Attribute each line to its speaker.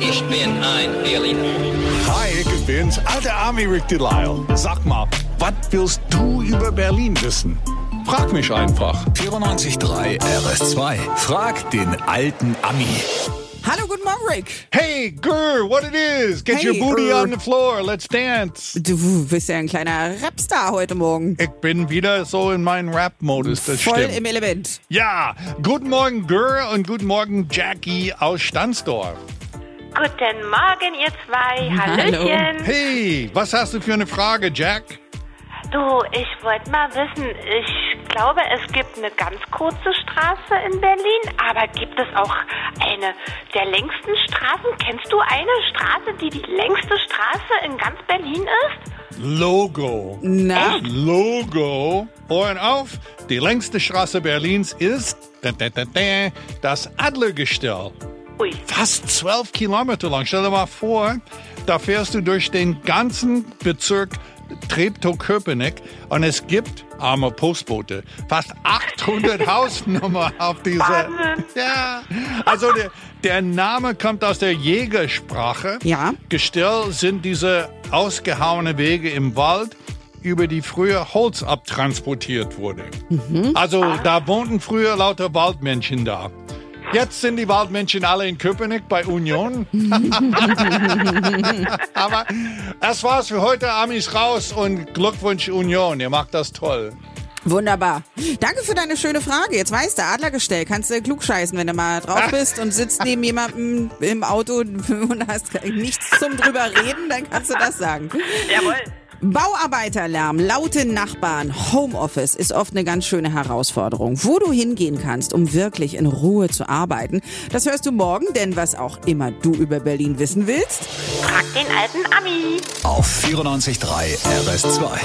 Speaker 1: Ich bin ein Berliner.
Speaker 2: Hi, ich bin's, alter Army Rick Delisle. Sag mal, was willst du über Berlin wissen? Frag mich einfach.
Speaker 3: 94.3 RS2. Frag den alten Ami.
Speaker 4: Hallo, guten Morgen, Rick.
Speaker 2: Hey, Gurr, what it is? Get
Speaker 4: Hey,
Speaker 2: your booty
Speaker 4: Gurr.
Speaker 2: on the floor, let's dance.
Speaker 4: Du bist ja ein kleiner Rapstar heute Morgen.
Speaker 2: Ich bin wieder so in meinen Rap-Modus, das
Speaker 4: Voll
Speaker 2: stimmt.
Speaker 4: im Element.
Speaker 2: Ja, guten Morgen, Gurr, und guten Morgen, Jackie aus Stanzdorf.
Speaker 5: Guten Morgen, ihr zwei. Hallöchen.
Speaker 2: Hey, was hast du für eine Frage, Jack?
Speaker 5: Du, ich wollte mal wissen, ich glaube, es gibt eine ganz kurze Straße in Berlin, aber gibt es auch eine der längsten Straßen? Kennst du eine Straße, die die längste Straße in ganz Berlin ist?
Speaker 2: Logo. Ah,
Speaker 4: Na,
Speaker 2: Logo. Ohren auf. Die längste Straße Berlins ist da, da, da, da, das Adlergestell.
Speaker 5: Ui,
Speaker 2: Fast 12 Kilometer lang. Stell dir mal vor, da fährst du durch den ganzen Bezirk Treptow-Köpenick und es gibt arme Postbote. Fast 800 Hausnummer auf dieser.
Speaker 5: Wahnsinn.
Speaker 2: Ja. Also der, der Name kommt aus der Jägersprache.
Speaker 4: Ja.
Speaker 2: Gestell sind diese ausgehauene Wege im Wald, über die früher Holz abtransportiert wurde. Also da wohnten früher lauter Waldmenschen da. Jetzt sind die Waldmenschen alle in Köpenick bei Union. Aber das war's für heute. Amis raus und Glückwunsch Union. Ihr macht das toll.
Speaker 4: wunderbar. Danke für deine schöne Frage. Jetzt weißt du, Adlergestell, kannst du klug scheißen, wenn du mal
Speaker 2: Ah.
Speaker 4: drauf bist und sitzt neben jemandem im Auto und hast nichts zum drüber reden, dann kannst du das sagen.
Speaker 5: jawohl.
Speaker 4: Bauarbeiterlärm, laute Nachbarn, Homeoffice ist oft eine ganz schöne Herausforderung. Wo du hingehen kannst, um wirklich in Ruhe zu arbeiten, das hörst du morgen, denn was auch immer du über Berlin wissen willst,
Speaker 5: Frag den alten Ami.
Speaker 3: Auf 94.3 RS2.